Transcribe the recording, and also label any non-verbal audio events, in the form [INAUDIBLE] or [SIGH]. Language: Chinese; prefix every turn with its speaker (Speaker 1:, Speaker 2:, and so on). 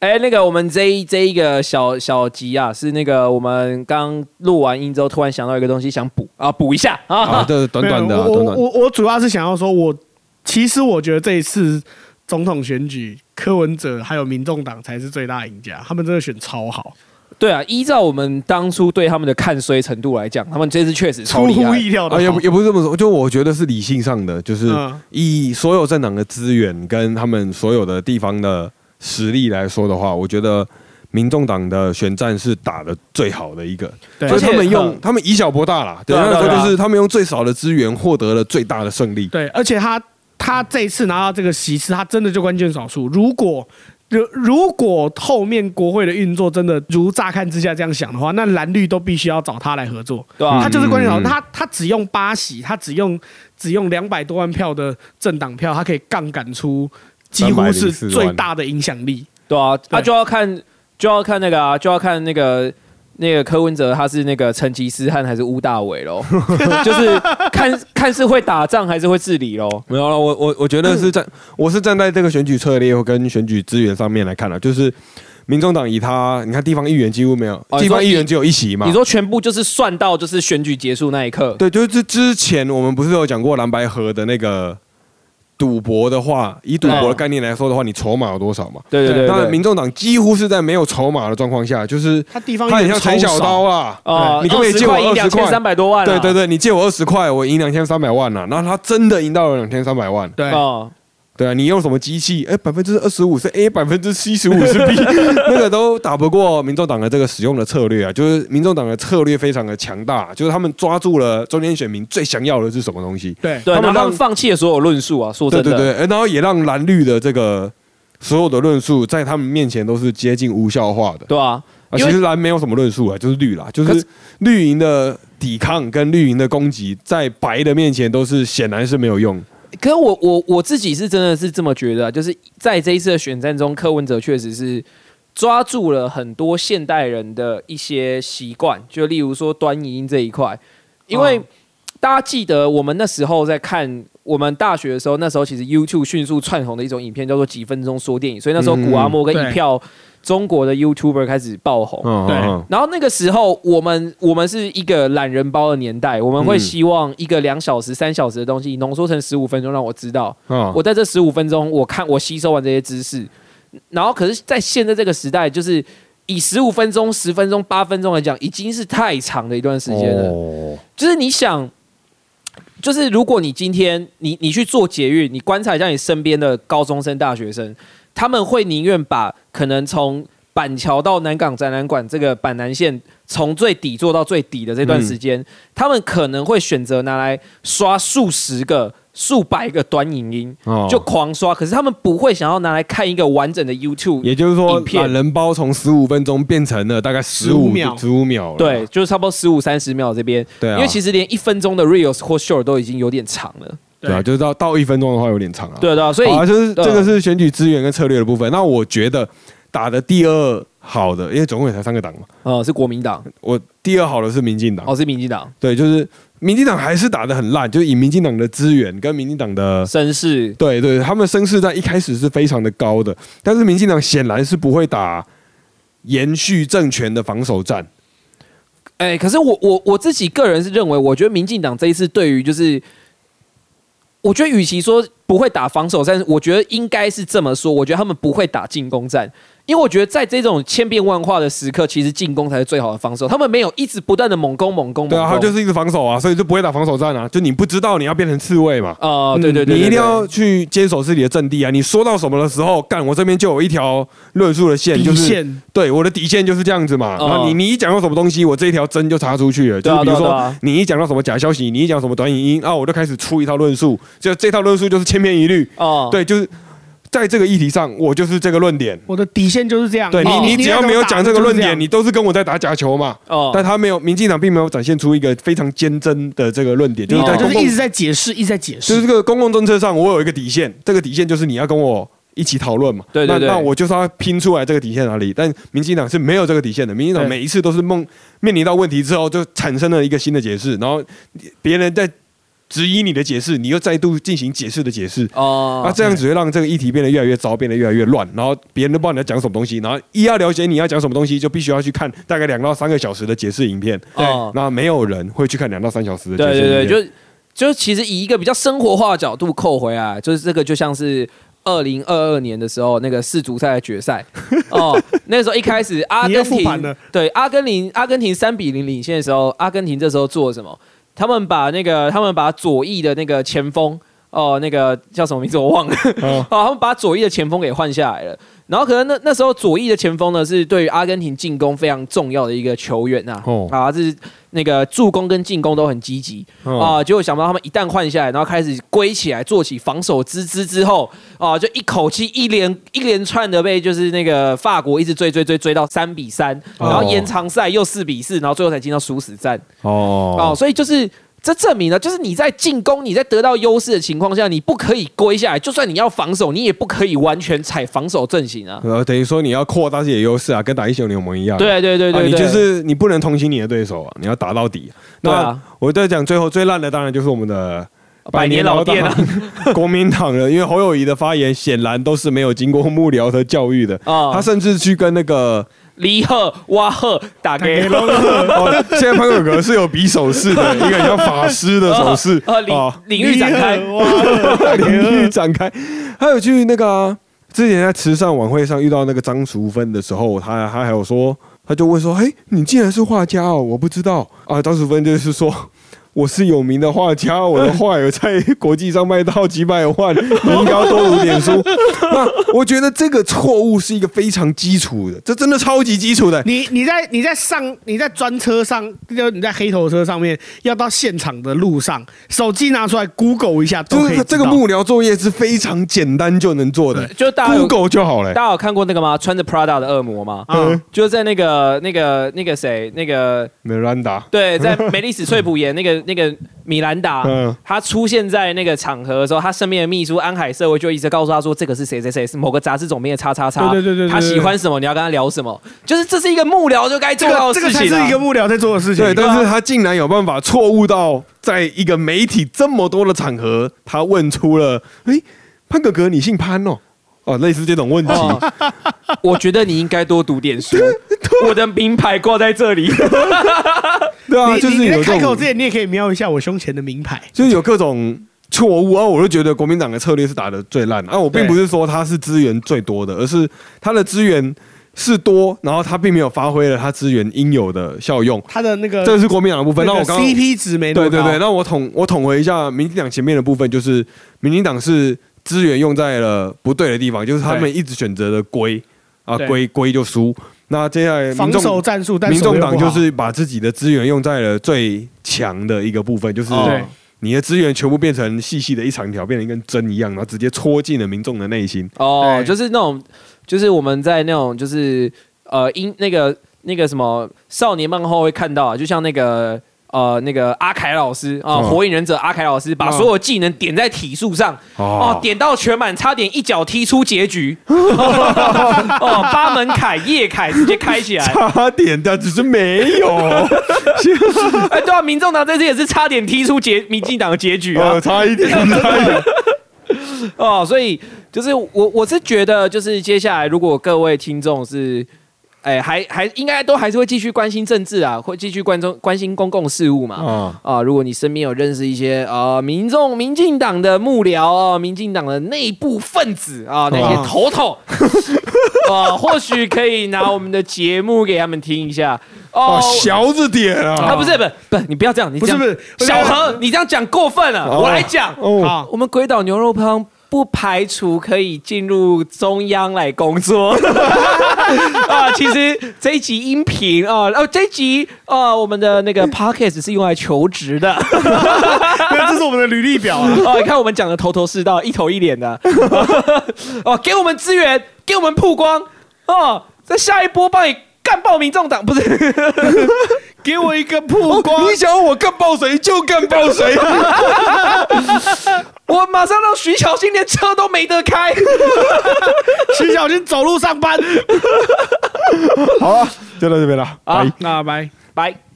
Speaker 1: 哎，那个我们这一这一个小小集啊，是那个我们刚录完音之后，突然想到一个东西想补啊，补一下啊。
Speaker 2: 啊，对，短短的啊，
Speaker 3: 没有
Speaker 2: 短
Speaker 3: 我
Speaker 2: 短
Speaker 3: 我我主要是想要说我，其实我觉得这一次总统选举，柯文哲还有民众党才是最大赢家，他们真的选超好，
Speaker 1: 对啊，依照我们当初对他们的看衰程度来讲，他们这次确实超
Speaker 3: 出
Speaker 1: 厉
Speaker 3: 乎
Speaker 1: 害。
Speaker 3: 意料的
Speaker 2: 啊，也
Speaker 3: 好
Speaker 2: 不。也不是这么说，就我觉得是理性上的，就是
Speaker 3: 嗯
Speaker 2: 以所有政党的资源跟他们所有的地方的实力来说的话，我觉得民众党的选战是打的最好的一个，
Speaker 3: 对
Speaker 2: 所以他
Speaker 1: 而
Speaker 2: 们
Speaker 1: 且
Speaker 2: 用
Speaker 1: 嗯
Speaker 2: 他们以小博大啦，
Speaker 1: 对
Speaker 2: 对，
Speaker 1: 啊
Speaker 2: 那时
Speaker 1: 对啊
Speaker 2: 候就
Speaker 1: 对
Speaker 2: 是他们用最少的资源获得了最大的胜利，
Speaker 3: 对，而且他他这一次拿到这个席次，他真的就关键少数。如果如如果后面国会的运作真的如乍看之下这样想的话，那蓝绿都必须要找他来合作。
Speaker 1: 对啊
Speaker 3: 他就是关键少数，
Speaker 2: 嗯
Speaker 3: 他他只用八席，他只用只用两百多万票的政党票，他可以杠杆出几乎是
Speaker 2: 304万
Speaker 3: 最大的影响力。
Speaker 1: 对啊，那、
Speaker 3: 对
Speaker 1: 就要看就要看那个啊，就要看那个那个柯文哲他是那个成吉思汗还是乌大伟喽， [LAUGHS] 就是看看是会打仗还是会治理喽。
Speaker 2: 没有了，我我我觉得是站，嗯我是站在这个选举策略跟选举资源上面来看了，就是民众党以他，你看地方议员几乎没有，
Speaker 1: 哦你
Speaker 2: 地
Speaker 1: 说
Speaker 2: 方议
Speaker 1: 以
Speaker 2: 员只有一席嘛
Speaker 1: 你。说全部就是算到就是选举结束那一刻，
Speaker 2: 嗯对，就是之前我们不是有讲过蓝白河的那个赌博的话，以赌博的概念来说的话，你筹码有多少嘛？
Speaker 1: 对对对
Speaker 2: 那
Speaker 1: 对
Speaker 2: 民众党几乎是在没有筹码的状况下，就是
Speaker 3: 他地方
Speaker 2: 他很像
Speaker 3: 超
Speaker 2: 陈小刀
Speaker 3: 少，
Speaker 2: 啊，
Speaker 1: 啊，
Speaker 2: 你可不可以借我
Speaker 1: 20块赢两
Speaker 2: 20
Speaker 1: 千
Speaker 2: 块
Speaker 1: 三百多万、啊？
Speaker 2: 对对对，你借我二十块，我赢两千三百万啊，然后他真的赢到了两千三百万，
Speaker 3: 对，
Speaker 1: 哦，
Speaker 2: 对啊，你用什么机器？哎，百分之二十五是 A，百分之七十五是 B，那 [LAUGHS] 个都打不过民众党的这个使用的策略啊。就是民众党的策略非常的强大，就是他们抓住了中间选民最想要的是什么东西。
Speaker 3: 对，
Speaker 1: 对，
Speaker 2: 他
Speaker 1: 然
Speaker 2: 们
Speaker 1: 后他们
Speaker 2: 让
Speaker 1: 放弃了所有论述啊，说
Speaker 2: 对
Speaker 1: 真的，
Speaker 2: 对对，哎然后也让蓝绿的这个所有的论述在他们面前都是接近无效化的。
Speaker 1: 对啊，
Speaker 2: 啊，
Speaker 1: 因
Speaker 2: 其
Speaker 1: 为
Speaker 2: 实蓝没有什么论述啊，就是绿啦，就
Speaker 1: 可是
Speaker 2: 是绿营的抵抗跟绿营的攻击，在白的面前都是显然是没有用。
Speaker 1: 可是我我我自己是真的是这么觉得啊、就是在这一次的选战中，柯文哲确实是抓住了很多现代人的一些习惯，就例如说端倪音这一块，因为
Speaker 2: 哦
Speaker 3: 嗯
Speaker 1: 大家记得我们那时候在看。我们大学的时候，那时候其实 YouTube 迅速窜红的一种影片叫做“几分钟说电影”，所以那时候古阿莫跟
Speaker 3: 嗯对
Speaker 1: 一票中国的 YouTuber 开始爆红。
Speaker 2: 嗯，
Speaker 3: 对
Speaker 2: 嗯
Speaker 1: 然后那个时候，我们我们是一个懒人包的年代，我们会
Speaker 2: 嗯
Speaker 1: 希望一个两小时、三小时的东西浓缩成十五分钟，让我知道
Speaker 2: 嗯
Speaker 1: 我在这十五分钟我看我吸收完这些知识。然后，可是，在现在这个时代，就是以十五分钟、十分钟、八分钟来讲，已经是太长的一段时间了。
Speaker 2: 哦
Speaker 1: 就是你想，就是如果你今天你你去做捷运，你观察一下你身边的高中生、大学生，他们会宁愿把可能从板桥到南港展览馆这个板南线从最底坐到最底的这段时
Speaker 2: 嗯
Speaker 1: 间，他们可能会选择拿来刷数十个、数百个短影音，
Speaker 2: 哦
Speaker 1: 就狂刷。可是他们不会想要拿来看一个完整的 YouTube。
Speaker 2: 也就是说
Speaker 1: 影，片
Speaker 2: 懒人包从十五分钟变成了大概十五
Speaker 3: 秒
Speaker 2: 十五秒了。
Speaker 1: 对，就是差不多十五三十秒这边，
Speaker 2: 啊对啊，
Speaker 1: 因为其
Speaker 2: 实
Speaker 1: 实连一分钟的 reels 或 short 都已经有点长了。
Speaker 2: 对啊，就是到到一分钟的话有点长啊。
Speaker 1: 对啊对啊，所以
Speaker 2: 好啊，就是
Speaker 1: 对
Speaker 2: 这个是选举资源跟策略的部分。那我觉得打的第二好的，因为总共也才三个党嘛，
Speaker 1: 呃，是国民党，
Speaker 2: 我第二好的是民进党
Speaker 1: 哦，。是民进党，
Speaker 2: 对，就是民进党还是打的很烂，就是以民进党的资源跟民进党的。
Speaker 1: 绅士，
Speaker 2: 对对，他们声势在一开始是非常的高的，但是民进党显然是不会打延续政权的防守战。
Speaker 1: 哎、可是我我我自己个人是认为，我觉得民进党这一次对于就是，我觉得与其说不会打防守战，我觉得应该是这么说，我觉得他们不会打进攻战，因为我觉得在这种千变万化的时刻，其实进攻才是最好的防守，他们没有一直不断的猛攻猛攻猛攻，
Speaker 2: 对啊，他就是是一直防守啊，所以就不会打防守战啊。就你不知道你要变成刺猬嘛，
Speaker 1: 啊，对对对
Speaker 2: 嗯你一定要
Speaker 1: 对
Speaker 2: 去坚守自己的阵地啊。你说到什么的时候，干我这边就有一条论述的线，
Speaker 3: 底
Speaker 2: 就是
Speaker 3: 线
Speaker 2: 对我的底线就是这样子嘛。
Speaker 1: 哦
Speaker 2: 然后你你一讲到什么东西，我这一条针就插出去了。
Speaker 1: 对
Speaker 2: 就
Speaker 1: 啊
Speaker 2: 是比如
Speaker 1: 对啊对
Speaker 2: 说
Speaker 1: 啊
Speaker 2: 你一讲到什么假消息，你一讲什么短影音啊，我就开始出一套论述，就这套论述就是千篇一律。
Speaker 1: 哦，
Speaker 2: 对，就是在这个议题上，我就是这个论点。
Speaker 3: 我的底线就是这样。
Speaker 2: 对
Speaker 1: 哦
Speaker 2: 你，你只要没有讲这个论点，
Speaker 3: 你
Speaker 2: 你都是跟我在打假球嘛。
Speaker 1: 哦，
Speaker 2: 但他没有，民进党并没有展现出一个非常坚贞的这个论点，就是
Speaker 1: 民
Speaker 2: 在
Speaker 1: 进
Speaker 3: 哦就
Speaker 1: 党
Speaker 2: 公
Speaker 3: 是一
Speaker 2: 共
Speaker 3: 直在解释，一直在解
Speaker 2: 就是
Speaker 3: 释
Speaker 2: 这。个公共政策上，我有一个底线，这个底线就是你要跟我一起讨论嘛。
Speaker 1: 对对对
Speaker 2: 那那我就是要拼出来这个底线哪里。但民进党是没有这个底线的，民进党
Speaker 3: 对
Speaker 2: 每一次都是梦面临到问题之后，就产生了一个新的解释，然后别人在质疑你的解释，你又再度进行解释的解释。
Speaker 1: 哦
Speaker 2: 那这样只会让这个议题变得越来越糟，变得越来越乱，然后别人都不知道你在讲什么东西，然后一要了解你要讲什么东西，就必须要去看大概两到三个小时的解释影片。
Speaker 1: 对哦
Speaker 2: 那没有人会去看两到三小时的解
Speaker 1: 对
Speaker 2: 释影
Speaker 1: 对
Speaker 2: 片。
Speaker 1: 对，就就其实以一个比较生活化的角度扣回来，就是这个就像是。二零二二年的时候，那个世足赛的决
Speaker 3: [LAUGHS]
Speaker 1: 赛哦，那时候一开始阿
Speaker 3: 你又
Speaker 1: 根
Speaker 3: 复盘了
Speaker 1: 廷对阿根廷，阿根廷三比零领先的时候，阿根廷这时候做了什么？他们把那个他们把左翼的那个前锋哦，那个叫什么名字我忘了
Speaker 2: 哦
Speaker 3: 嗯
Speaker 1: 哦，他们把左翼的前锋给换下来了。然后可能那那时候左翼的前锋呢，是对于阿根廷进攻非常重要的一个球员呐、啊，
Speaker 2: 哦
Speaker 1: 啊，这是那个助攻跟进攻都很积极
Speaker 2: 哦
Speaker 1: 啊。结果想不到他们一旦换下来，然后开始归起来做起防守之姿之后，啊，就一口气一连一连串的被就是那个法国一直追追追追到三比三，
Speaker 2: 哦
Speaker 1: 然后延长赛又四比四，然后最后才进到殊死战哦、
Speaker 2: 哦
Speaker 1: 所以就是。这证明了，就是你在进攻、你在得到优势的情况下，你不可以归下来。就算你要防守，你也不可以完全踩防守阵型啊。
Speaker 2: 呃，等于说你要扩大自己的优势啊，跟打英雄联盟一样。
Speaker 1: 对对对
Speaker 2: 啊
Speaker 1: 对对，
Speaker 2: 你就是你不能同情你的对手啊，你要打到底。
Speaker 1: 对
Speaker 2: 那
Speaker 1: 啊
Speaker 2: 我再讲最后最烂的，当然就是我们的
Speaker 1: 百年老店啊 [LAUGHS]
Speaker 2: 国民党了，因为侯友谊的发言显然都是没有经过幕僚的教育的，
Speaker 3: 啊
Speaker 1: 哦
Speaker 2: 他甚至去跟那个
Speaker 1: 离赫、哇赫打给
Speaker 2: [LAUGHS]
Speaker 1: 了。
Speaker 2: 哦，现在潘哥哥是有比手势
Speaker 1: [LAUGHS]
Speaker 2: 的，一个叫法师的手势
Speaker 1: 呃，领
Speaker 3: 哦
Speaker 2: 啊，
Speaker 1: 领域展开，
Speaker 3: 哇，
Speaker 2: [LAUGHS] 领域展开，还有去那个啊之前在慈善晚会上遇到那个张淑芬的时候，他他还有说，他就问说，哎，你竟然是画家哦，我不知道啊。张淑芬就是说。 [LAUGHS] 我是有名的画家，我的画有在国际上卖到几百万， [LAUGHS] 你应该要多读点书。那我觉得这个错误是一个非常基础的，这真的超级基础的。
Speaker 3: [LAUGHS] 你你在你在上你在专车上，就你在黑头车上面，要到现场的路上，手机拿出来 Google 一下都
Speaker 2: 就
Speaker 3: 可以
Speaker 2: 是它
Speaker 3: 知道。
Speaker 2: 这个幕僚作业是非常简单就能做的，
Speaker 1: 就
Speaker 3: 哎
Speaker 1: 大家有
Speaker 2: Google 就好了、
Speaker 1: 大家有看过那个吗？穿着 Prada 的恶魔吗？
Speaker 3: 啊，
Speaker 1: 就是在那个、那个、那个谁、那个
Speaker 2: Miranda，
Speaker 1: 对，
Speaker 3: [LAUGHS]
Speaker 1: 在梅丽史翠普演那个那个米兰达
Speaker 2: 嗯，
Speaker 1: 他出现在那个场合的时候，他身边的秘书安海社会就一直告诉他说，这个是谁谁谁，是某个杂志总编的叉叉叉，
Speaker 3: 对对对对对
Speaker 1: 他喜欢什么，你要跟他聊什么，就是这是一个幕僚就该
Speaker 3: 这
Speaker 1: 做到
Speaker 3: 个
Speaker 1: 的
Speaker 3: 这
Speaker 1: 事
Speaker 3: 个
Speaker 1: 情、啊
Speaker 3: 才是一个幕僚在做的啊事情。
Speaker 2: 对，但是他竟然有办法错误到在一个媒体这么多的场合，他问出了，诶，潘哥哥，你姓潘哦，哦，类似这种问题，
Speaker 1: 哦我觉得你应该多读点 [LAUGHS] 书，我的名牌挂在这里。
Speaker 2: 对啊，
Speaker 3: 你
Speaker 2: 就是
Speaker 3: 你在
Speaker 2: 有这
Speaker 3: 开口之
Speaker 2: 种，
Speaker 3: 前，你也可以瞄一下我胸前的名牌。
Speaker 2: 就是有各种。错误啊！我就觉得国民党的策略是打的最烂的啊！我并
Speaker 3: 对
Speaker 2: 不是说他是资源最多的，而是他的资源是多，然后他并没有发挥了他资源应有的效用。
Speaker 3: 他的那个
Speaker 2: 这个是国民党的部分。那
Speaker 3: 呃那
Speaker 2: 我刚
Speaker 3: 个 CP 值没那
Speaker 2: 对
Speaker 3: 么
Speaker 2: 对
Speaker 3: 高
Speaker 2: 对，那我统我统合一下民进党前面的部分，就是民进党是资源用在了不对的地方，就是他们
Speaker 3: 对
Speaker 2: 一直选择了归啊
Speaker 1: 对
Speaker 2: 归归就输。那接下来民
Speaker 3: 防守
Speaker 2: 众
Speaker 3: 战术，但
Speaker 2: 民
Speaker 3: 守
Speaker 2: 众
Speaker 3: 又不
Speaker 2: 党
Speaker 3: 好
Speaker 2: 就是把自己的资源用在了最强的一个部分，就是
Speaker 1: 哦
Speaker 3: 对
Speaker 2: 你的资源全部变成细细的一长条，变成跟针一样，然后直接戳进了民众的内心。
Speaker 1: [LAUGHS] 哦，
Speaker 3: 对
Speaker 1: 就是那种，就是我们在那种，就是呃，英那个那个什么少年漫画会看到啊，就像那个呃那个阿凯老师啊，
Speaker 2: 嗯
Speaker 1: 火影忍者阿凯老师把
Speaker 2: 嗯
Speaker 1: 所有技能点在体术上，
Speaker 2: 哦
Speaker 1: 哦，点到全满，差点一脚踢出结
Speaker 2: [LAUGHS]
Speaker 1: 局，哦，八门凯、叶凯直接开起来，
Speaker 2: [LAUGHS] 差点但只是没有，
Speaker 1: 哎，对啊，民众党这次也是差点踢出结民进党的结局啊
Speaker 2: 哦，，差一点，差一点。
Speaker 1: 哦，所以就是我我是觉得，就是接下来如果各位听众是，哎、还还应该都还是会继续关心政治啊，会继续关中关心公共事务嘛。
Speaker 3: 哦
Speaker 2: 啊
Speaker 1: 啊，如果你身边有认识一些啊、呃民众、民进党的幕僚啊、民进党的内部分子啊，那些
Speaker 3: 啊
Speaker 1: 头
Speaker 3: [LAUGHS]
Speaker 1: 头啊，或许可以拿我们的节目给他们听一下
Speaker 2: 哦
Speaker 1: 哦。，
Speaker 2: 小着点
Speaker 1: 啊，
Speaker 2: 啊，
Speaker 1: 不是不是不是，你不要这样，你
Speaker 3: 不
Speaker 1: 这
Speaker 3: 是
Speaker 1: 样
Speaker 3: 不是
Speaker 1: 小何，你这样讲过分了，
Speaker 2: 哦
Speaker 1: 我来讲
Speaker 2: 哦
Speaker 3: 好
Speaker 1: 我们鬼岛牛肉汤不排除可以进入中央来工作
Speaker 2: [LAUGHS]
Speaker 1: 啊。其实这一集音频啊，哦，这一集啊，我们的那
Speaker 2: [LAUGHS]
Speaker 1: 个 podcast 是用来求职的 [LAUGHS] 啊。
Speaker 3: 没有这是我们的履历
Speaker 2: [LAUGHS]
Speaker 3: 表啊。
Speaker 1: 你看我们讲的头头是道，一头一脸的 [LAUGHS] 哦，给我们资源，给我们曝光哦，在下一波帮你干爆民众党，不是？
Speaker 2: [LAUGHS]
Speaker 3: 给我一个曝光，
Speaker 2: 哦你想要我干爆谁就干爆谁，
Speaker 1: [LAUGHS] 我马上让徐小新连车都没得开。
Speaker 3: 徐小军走路上班。
Speaker 2: 好啊，就到这边了，
Speaker 1: 好
Speaker 2: 拜。
Speaker 1: Ờ,
Speaker 3: 那拜。
Speaker 1: 拜。